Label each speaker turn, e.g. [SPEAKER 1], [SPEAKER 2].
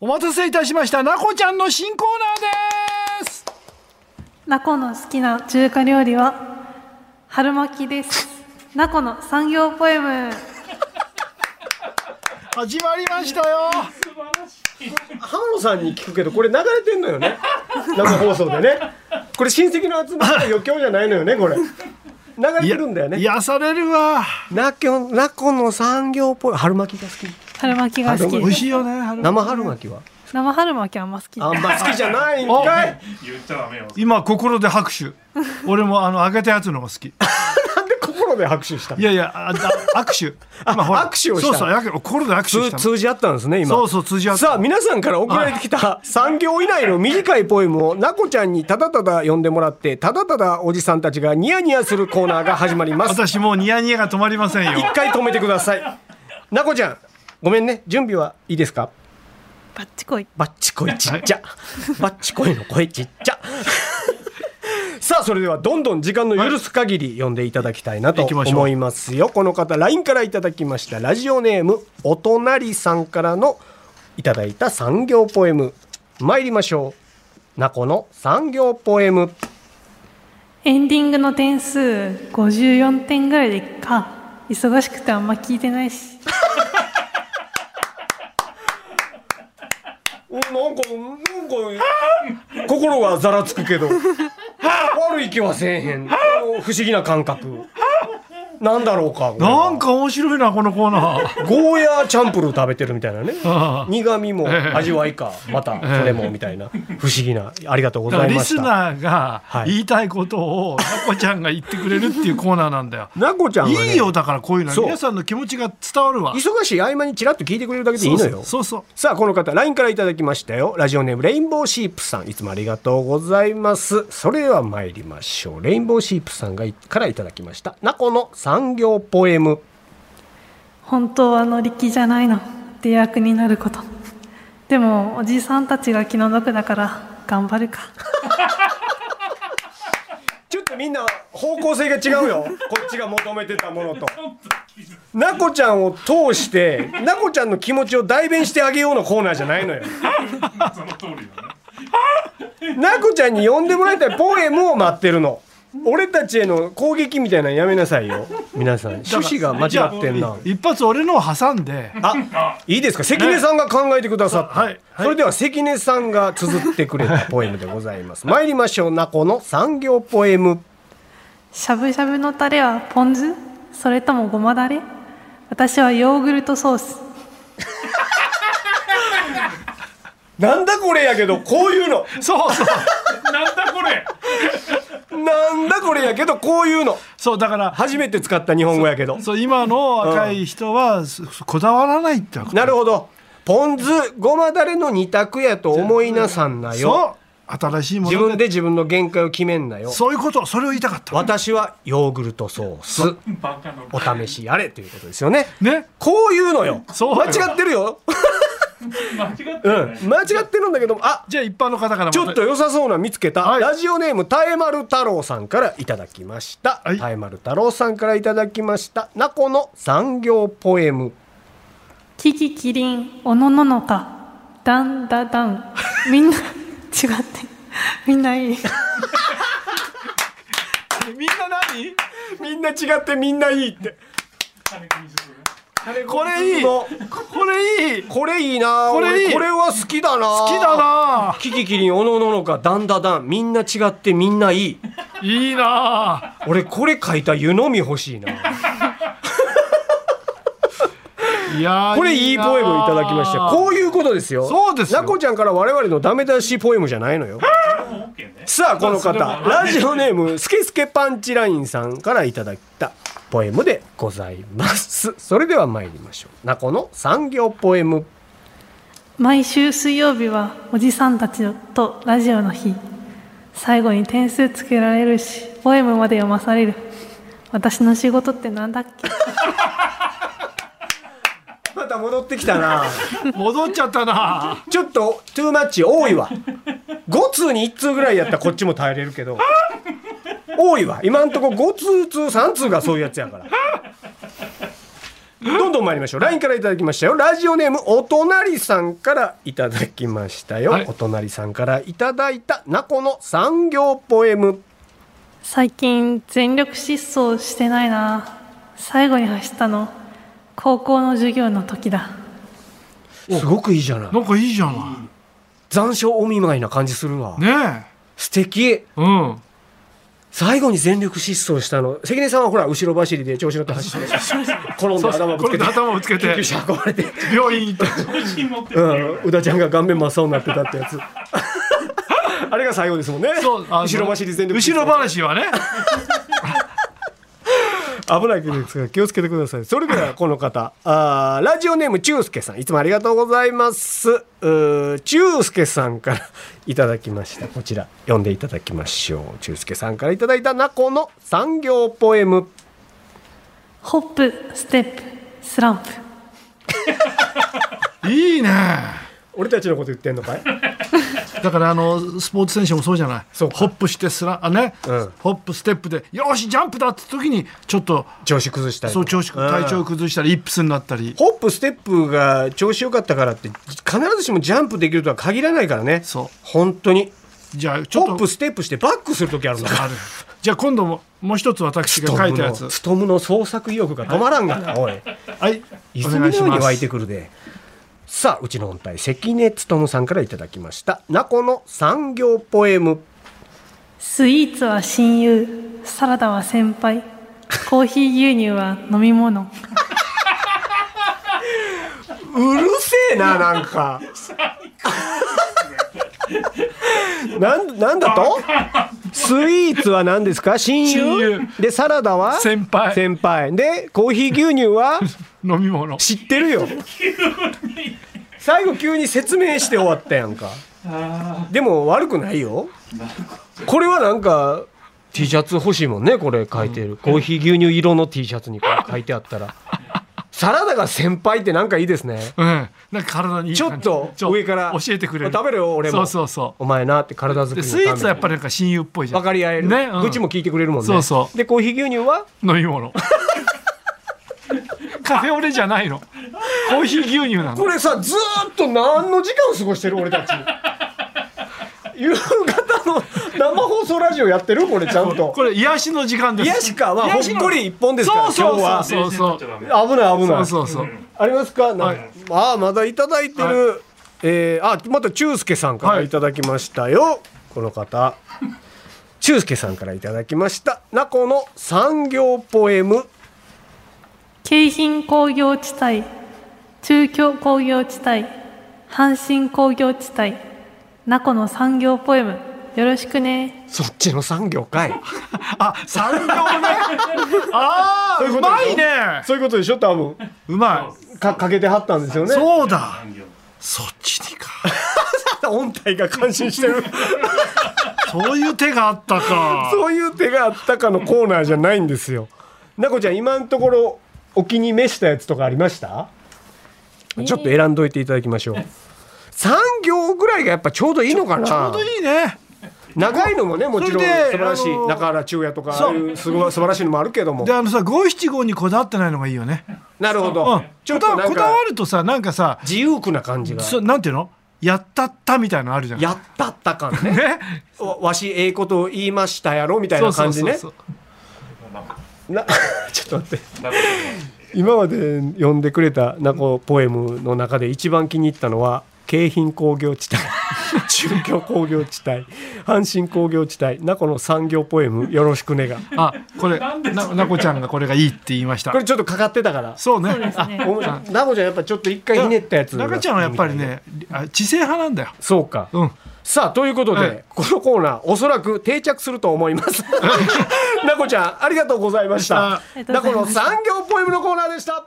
[SPEAKER 1] お待たせいたしましたなこちゃんの新コーナーです
[SPEAKER 2] ナコの好きな中華料理は春巻きです。ナコの産業ポエム。
[SPEAKER 1] 始まりましたよ
[SPEAKER 3] 浜野さんに聞くけどこれ流れてんの よね生放送でねこれ親戚の集まりの余興じゃないのよねこれ流れてるんだよね
[SPEAKER 1] 癒されるわ
[SPEAKER 3] なきょなこの産業っぽい春巻きが好き
[SPEAKER 2] 春巻きが好
[SPEAKER 3] 春
[SPEAKER 1] 美味
[SPEAKER 2] き。
[SPEAKER 1] しいよね春
[SPEAKER 3] 生春巻きは
[SPEAKER 2] 生春巻きはあんま好き。
[SPEAKER 3] あんま好きじゃないんかい
[SPEAKER 4] 言っちゃダメよ。
[SPEAKER 1] 今心で拍手俺もあの揚げたやつの方が好き
[SPEAKER 3] なんで心で拍手した
[SPEAKER 1] いやいやあ あ握手今ほら
[SPEAKER 3] 握手をした
[SPEAKER 1] そうそうやけど心で握手し
[SPEAKER 3] 通
[SPEAKER 1] たの
[SPEAKER 3] 通じ合ったんですね今
[SPEAKER 1] そうそう通じ合った
[SPEAKER 3] さあ皆さんから送られてきた産業以来の短いポエムをなこちゃんにただただ読んでもらってただただおじさんたちがニヤニヤするコーナーが始まります
[SPEAKER 1] 私もうニヤニヤが止まりませんよ
[SPEAKER 3] 一回止めてくださいなこちゃんごめんね準備はいいですか
[SPEAKER 2] バッチコイ。
[SPEAKER 3] バッチコイちっちゃ バッチコイの声ちっちゃ さあそれではどんどん時間の許す限り読んでいただきたいなと
[SPEAKER 1] 行きましょう
[SPEAKER 3] 思いますよこの方 LINE からいただきましたラジオネームお隣さんからのいただいた産業ポエム参りましょうなこの産業ポエム
[SPEAKER 2] エンディングの点数54点ぐらいでいっか。忙しくてあんま聞いてないし。
[SPEAKER 3] おなんかなんか心がざらつくけど悪い気はせえへんあの不思議な感覚なんだろうか
[SPEAKER 1] なんか面白いなこのコーナー
[SPEAKER 3] ゴーヤーチャンプルー食べてるみたいなね
[SPEAKER 1] ああ
[SPEAKER 3] 苦味も味わいかまたそれもみたいな不思議なありがとうご
[SPEAKER 1] だから
[SPEAKER 3] ざい
[SPEAKER 1] リ
[SPEAKER 3] まし
[SPEAKER 1] ス
[SPEAKER 3] た
[SPEAKER 1] ナーが
[SPEAKER 3] はい
[SPEAKER 1] 言いたいことをなこちゃんが言ってくれるっていうコーナー なんだよ
[SPEAKER 3] なこちゃんは、ね、
[SPEAKER 1] いいよだからこういうのは
[SPEAKER 3] そう
[SPEAKER 1] 皆さんの気持ちが伝わるわ
[SPEAKER 3] 忙しい合間にチラッと聞いてくれるだけでいいのよ
[SPEAKER 1] そうそう
[SPEAKER 3] さあこの方 LINE からいただきましたよラジオネームレインボーシープさんいつもありがとうございますそれでは参りましょうレインボーシープさんがいからいただきましたナコの産業ポエム
[SPEAKER 2] 本当は乗り気じゃないの。出役になること。でも、おじさんたちが気の毒だから、頑張るか。
[SPEAKER 3] ちょっとみんな方向性が違 うよこっちが求めてたものとナコちゃんを通してナコちゃんの気持ちを代弁してあげようのコーナーじゃないのよ
[SPEAKER 4] その通りよね。
[SPEAKER 3] なこちゃんに呼んでもらいたいポエムを待ってるの俺たちへの攻撃みたいなのやめなさいよ皆さん趣旨が間違ってんな
[SPEAKER 1] 一発俺のを挟んで
[SPEAKER 3] あいいですか関根さんが考えてくださった、
[SPEAKER 1] はいはい
[SPEAKER 3] それでは関根さんが綴ってくれたポエムでございます参りましょうなこの産業ポエム
[SPEAKER 2] しゃぶしゃぶのタレはポン酢それともごまだれ私はヨーグルトソース
[SPEAKER 3] なんだこれやけどこういうの
[SPEAKER 1] そうそう
[SPEAKER 4] なんだこれ。
[SPEAKER 3] なんだこれやけどこういうの
[SPEAKER 1] そうだから
[SPEAKER 3] 初めて使った日本語やけど
[SPEAKER 1] そう今の若い人はそこだわらないってこと
[SPEAKER 3] なるほどポン酢ごまだれの二択やと思いなさんな
[SPEAKER 1] そ
[SPEAKER 3] よ
[SPEAKER 1] う新しいも
[SPEAKER 3] 自
[SPEAKER 1] の
[SPEAKER 3] 分で自分の限界を決めんなよ
[SPEAKER 1] そういうことそれを言いたかった
[SPEAKER 3] 私はヨーグルトソース
[SPEAKER 4] バカの。
[SPEAKER 3] お試しあれということですよね
[SPEAKER 1] ね
[SPEAKER 3] こういうのよ
[SPEAKER 1] そうよ
[SPEAKER 3] 間違ってるよ、
[SPEAKER 4] 間違って
[SPEAKER 3] う
[SPEAKER 4] るね。
[SPEAKER 3] ん、間違ってるんだけどもあ
[SPEAKER 1] じゃあ一般の方からも
[SPEAKER 3] ちょっと良さそうな見つけた、
[SPEAKER 1] はい
[SPEAKER 3] ラジオネームたえまる太郎さんからいただきました、
[SPEAKER 1] はい
[SPEAKER 3] たえまる太郎さんからいただきました「なこの産業ポエム
[SPEAKER 2] キキキリンおのののかダンダダンみんな 違ってみんないい」
[SPEAKER 1] みんな何
[SPEAKER 3] みんな違ってみんないいって
[SPEAKER 4] 金気にしろね
[SPEAKER 1] これいい
[SPEAKER 3] こ
[SPEAKER 1] これいい好
[SPEAKER 3] これいいな
[SPEAKER 1] これいい
[SPEAKER 3] 俺これは好きだな好
[SPEAKER 1] きだな
[SPEAKER 3] キキキリンおのののかだんだだんみんな違ってみんないい
[SPEAKER 1] いいな
[SPEAKER 3] 俺これ書いた湯飲み欲しいない
[SPEAKER 1] やー
[SPEAKER 3] これいいポエムいただきましたよこういうことですよ
[SPEAKER 1] そうですよ
[SPEAKER 3] なこちゃんから我々のダメ出しポエムじゃないのよ
[SPEAKER 4] オッケーね。
[SPEAKER 3] さあこの方ラジオネームスケスケパンチラインさんからいただいたポエムでございますそれでは参りましょうなこの産業ポエム
[SPEAKER 2] 毎週水曜日はおじさんたちとラジオの日最後に点数つけられるしポエムまで読まされる私の仕事ってなんだっけ
[SPEAKER 3] また戻ってきたな
[SPEAKER 1] 戻っちゃったな
[SPEAKER 3] ちょっとトゥーマッチ多いわ5通に1通ぐらいやったらこっちも耐えれるけど多いわ今んとこ5通通3通がそういうやつやからどんどん参りましょう LINE からいただきましたよラジオネームお隣さんからいただきましたよ、
[SPEAKER 1] はい
[SPEAKER 3] お隣さんからいただいたナコの産業ポエム
[SPEAKER 2] 最近全力疾走してないな最後に走ったの高校の授業の時だ
[SPEAKER 3] すごくいいじゃない
[SPEAKER 1] なんかいいじゃな
[SPEAKER 3] 残暑お見舞いな感じするわ、
[SPEAKER 1] いね
[SPEAKER 3] 素敵
[SPEAKER 1] えうん
[SPEAKER 3] 最後に全力疾走したの関根さんはほら後ろ走りで調子乗って 走って転んで頭ぶつ
[SPEAKER 1] 転
[SPEAKER 3] けて
[SPEAKER 1] んで頭ぶつけて
[SPEAKER 3] 救急車運ばれて
[SPEAKER 1] 病院行っ
[SPEAKER 4] 調子に乗って
[SPEAKER 3] う
[SPEAKER 4] る
[SPEAKER 3] ん、宇田ちゃんが顔面真っ青になってたってやつ あれが最後ですもんね
[SPEAKER 1] たそうあの
[SPEAKER 3] 後ろ走り全力疾走
[SPEAKER 1] 後ろ話 はね
[SPEAKER 3] 危ないですから気をつけてくださいそれではこの方あーラジオネーム中介さんいつもありがとうございますうー中介さんからいただきましたこちら読んでいただきましょう中介さんからいただいたナコの産業ポエム
[SPEAKER 2] ホップステップスランプ
[SPEAKER 1] いいね
[SPEAKER 3] 俺たちのこと言ってんのかい
[SPEAKER 1] だからあのスポーツ選手もそうじゃない
[SPEAKER 3] そうか
[SPEAKER 1] ホップしてスラあね、
[SPEAKER 3] うん
[SPEAKER 1] ホップステップでよしジャンプだって時にちょっと
[SPEAKER 3] 調子崩したり
[SPEAKER 1] そ
[SPEAKER 3] と
[SPEAKER 1] う
[SPEAKER 3] か
[SPEAKER 1] 調子体調崩したりイップスになったり
[SPEAKER 3] ホップステップが調子良かったからって必ずしもジャンプできるとは限らないからね
[SPEAKER 1] そう
[SPEAKER 3] 本当に
[SPEAKER 1] じゃあちょっ
[SPEAKER 3] ホ
[SPEAKER 1] と
[SPEAKER 3] ップステップしてバックする時あるんだから
[SPEAKER 1] あるじゃあ今度ももう一つ私が書いたやつ
[SPEAKER 3] ストムの創作意欲が止まらんがなおい
[SPEAKER 1] はいお
[SPEAKER 3] 泉の
[SPEAKER 1] 願いし
[SPEAKER 3] ように
[SPEAKER 1] ま
[SPEAKER 3] 湧い
[SPEAKER 1] す
[SPEAKER 3] てくるでさあうちの本体関根勤さんからいただきました「ナコの産業ポエム
[SPEAKER 2] スイーツは親友サラダは先輩コーヒー牛乳は飲み物」
[SPEAKER 3] うるせえななんかなんなんだとスイーツは何ですか親友
[SPEAKER 1] 親友
[SPEAKER 3] でサラダは
[SPEAKER 1] 先輩
[SPEAKER 3] 先輩でコーヒー牛乳は
[SPEAKER 1] 飲み物
[SPEAKER 3] 知ってるよ最後急に説明して終わったやんかでも悪くないよこれはなんか T シャツ欲しいもんねこれ書いてる、コーヒー牛乳色の T シャツにこれ書いてあったらサラダが先輩ってなんかいいですね
[SPEAKER 1] うんなんか体にいい
[SPEAKER 3] ちょ
[SPEAKER 1] 感
[SPEAKER 3] っ
[SPEAKER 1] じ
[SPEAKER 3] と
[SPEAKER 1] ちょ
[SPEAKER 3] 上から
[SPEAKER 1] 教えてくれる
[SPEAKER 3] 食べるよ俺も
[SPEAKER 1] そうそうそう
[SPEAKER 3] お前なって体作り
[SPEAKER 1] で
[SPEAKER 3] の
[SPEAKER 1] スイーツはやっぱ
[SPEAKER 3] り
[SPEAKER 1] りなんか親友っぽいじゃん
[SPEAKER 3] 分かり合える、
[SPEAKER 1] ねうん
[SPEAKER 3] 愚痴も聞いてくれるもんね
[SPEAKER 1] そうそう
[SPEAKER 3] でコーヒー牛乳は
[SPEAKER 1] 飲み 物カフェオレじゃないのコーヒー牛乳なの
[SPEAKER 3] これさずーっと何の時間過ごしてる俺たち 夕方の生放送ラジオやってるこれちゃんと
[SPEAKER 1] これ癒しの時間です
[SPEAKER 3] 癒しかはほっこり一本ですか
[SPEAKER 1] そ
[SPEAKER 3] ら
[SPEAKER 1] うそう
[SPEAKER 3] 今日
[SPEAKER 1] そうそ
[SPEAKER 4] 冷静に
[SPEAKER 1] う
[SPEAKER 4] なっちゃダメ
[SPEAKER 3] は危ない危
[SPEAKER 1] そ
[SPEAKER 3] ないう
[SPEAKER 1] そうそう
[SPEAKER 3] ありますか、なん
[SPEAKER 1] は
[SPEAKER 3] か
[SPEAKER 1] い
[SPEAKER 3] ああまだいただいてる、えーあまた中介さんから
[SPEAKER 1] はい
[SPEAKER 3] いただきましたよ、この方中介さんからいただきました「ナコの産業ポエム
[SPEAKER 2] 京浜工業地帯中京工業地帯阪神工業地帯名護の産業ポエムよろしくね」
[SPEAKER 3] そっちの産業かい
[SPEAKER 1] あ産業ね ああ
[SPEAKER 3] そういう
[SPEAKER 1] う
[SPEAKER 3] ことでしょ
[SPEAKER 1] まいね
[SPEAKER 3] そういうことでしょ多分
[SPEAKER 1] うま
[SPEAKER 3] かかけてはったんですよ
[SPEAKER 1] い
[SPEAKER 3] ね
[SPEAKER 1] そうだ
[SPEAKER 4] 産業
[SPEAKER 1] そっちにか
[SPEAKER 3] 音体が感心して る
[SPEAKER 1] そういう手があったか
[SPEAKER 3] そういう手があったかのコーナーじゃないんですよなこちゃん今のところお気に召したやつとかありました、ちょっと選んどいていただきましょう3行ぐらいがやっぱちょうどいいのかな
[SPEAKER 1] ちょうどいいね
[SPEAKER 3] 長いのもねもちろん素
[SPEAKER 1] それで
[SPEAKER 3] 晴らし
[SPEAKER 1] あ
[SPEAKER 3] い
[SPEAKER 1] の
[SPEAKER 3] 中原中也とか
[SPEAKER 1] そう
[SPEAKER 3] ああいうすごい素晴らしいのもあるけども
[SPEAKER 1] であのさ五七五にこだわってないのがいいよね
[SPEAKER 3] なるほ
[SPEAKER 1] う
[SPEAKER 3] ど
[SPEAKER 1] ん
[SPEAKER 3] ちょっとなん
[SPEAKER 1] こだ
[SPEAKER 3] か
[SPEAKER 1] わるとさなんかさ
[SPEAKER 3] 自由句な感じが
[SPEAKER 1] そうなんていうのやったったみたいなのあるじゃん
[SPEAKER 3] やったった感ね
[SPEAKER 1] ね
[SPEAKER 3] わわしええことを言いましたやろみたいな感じね
[SPEAKER 1] そうそうそう
[SPEAKER 3] な ちょっと待って
[SPEAKER 4] なる
[SPEAKER 3] 今まで読んでくれたナコポエムの中で一番気に入ったのは京浜工業地帯 中京工業地帯阪神工業地帯ナコの産業ポエムよろしくねが
[SPEAKER 1] そう あこれななこちゃんがこれがいいって言いました
[SPEAKER 3] これちょっとかかってたから
[SPEAKER 1] そうね
[SPEAKER 2] そうですね
[SPEAKER 3] おもナコちゃんやっぱちょっと一回ひねったやつが
[SPEAKER 1] 中ちゃんはやっぱりねあ知性派なんだよ
[SPEAKER 3] そうか、
[SPEAKER 1] うん
[SPEAKER 3] さあということで、
[SPEAKER 1] はい
[SPEAKER 3] このコーナーおそらく定着すると思います なこちゃんありがとうございました
[SPEAKER 1] あ
[SPEAKER 2] りがと
[SPEAKER 3] な
[SPEAKER 2] うござ
[SPEAKER 3] こ
[SPEAKER 2] いま
[SPEAKER 3] の
[SPEAKER 2] した
[SPEAKER 3] 産業ポエムのコーナーでした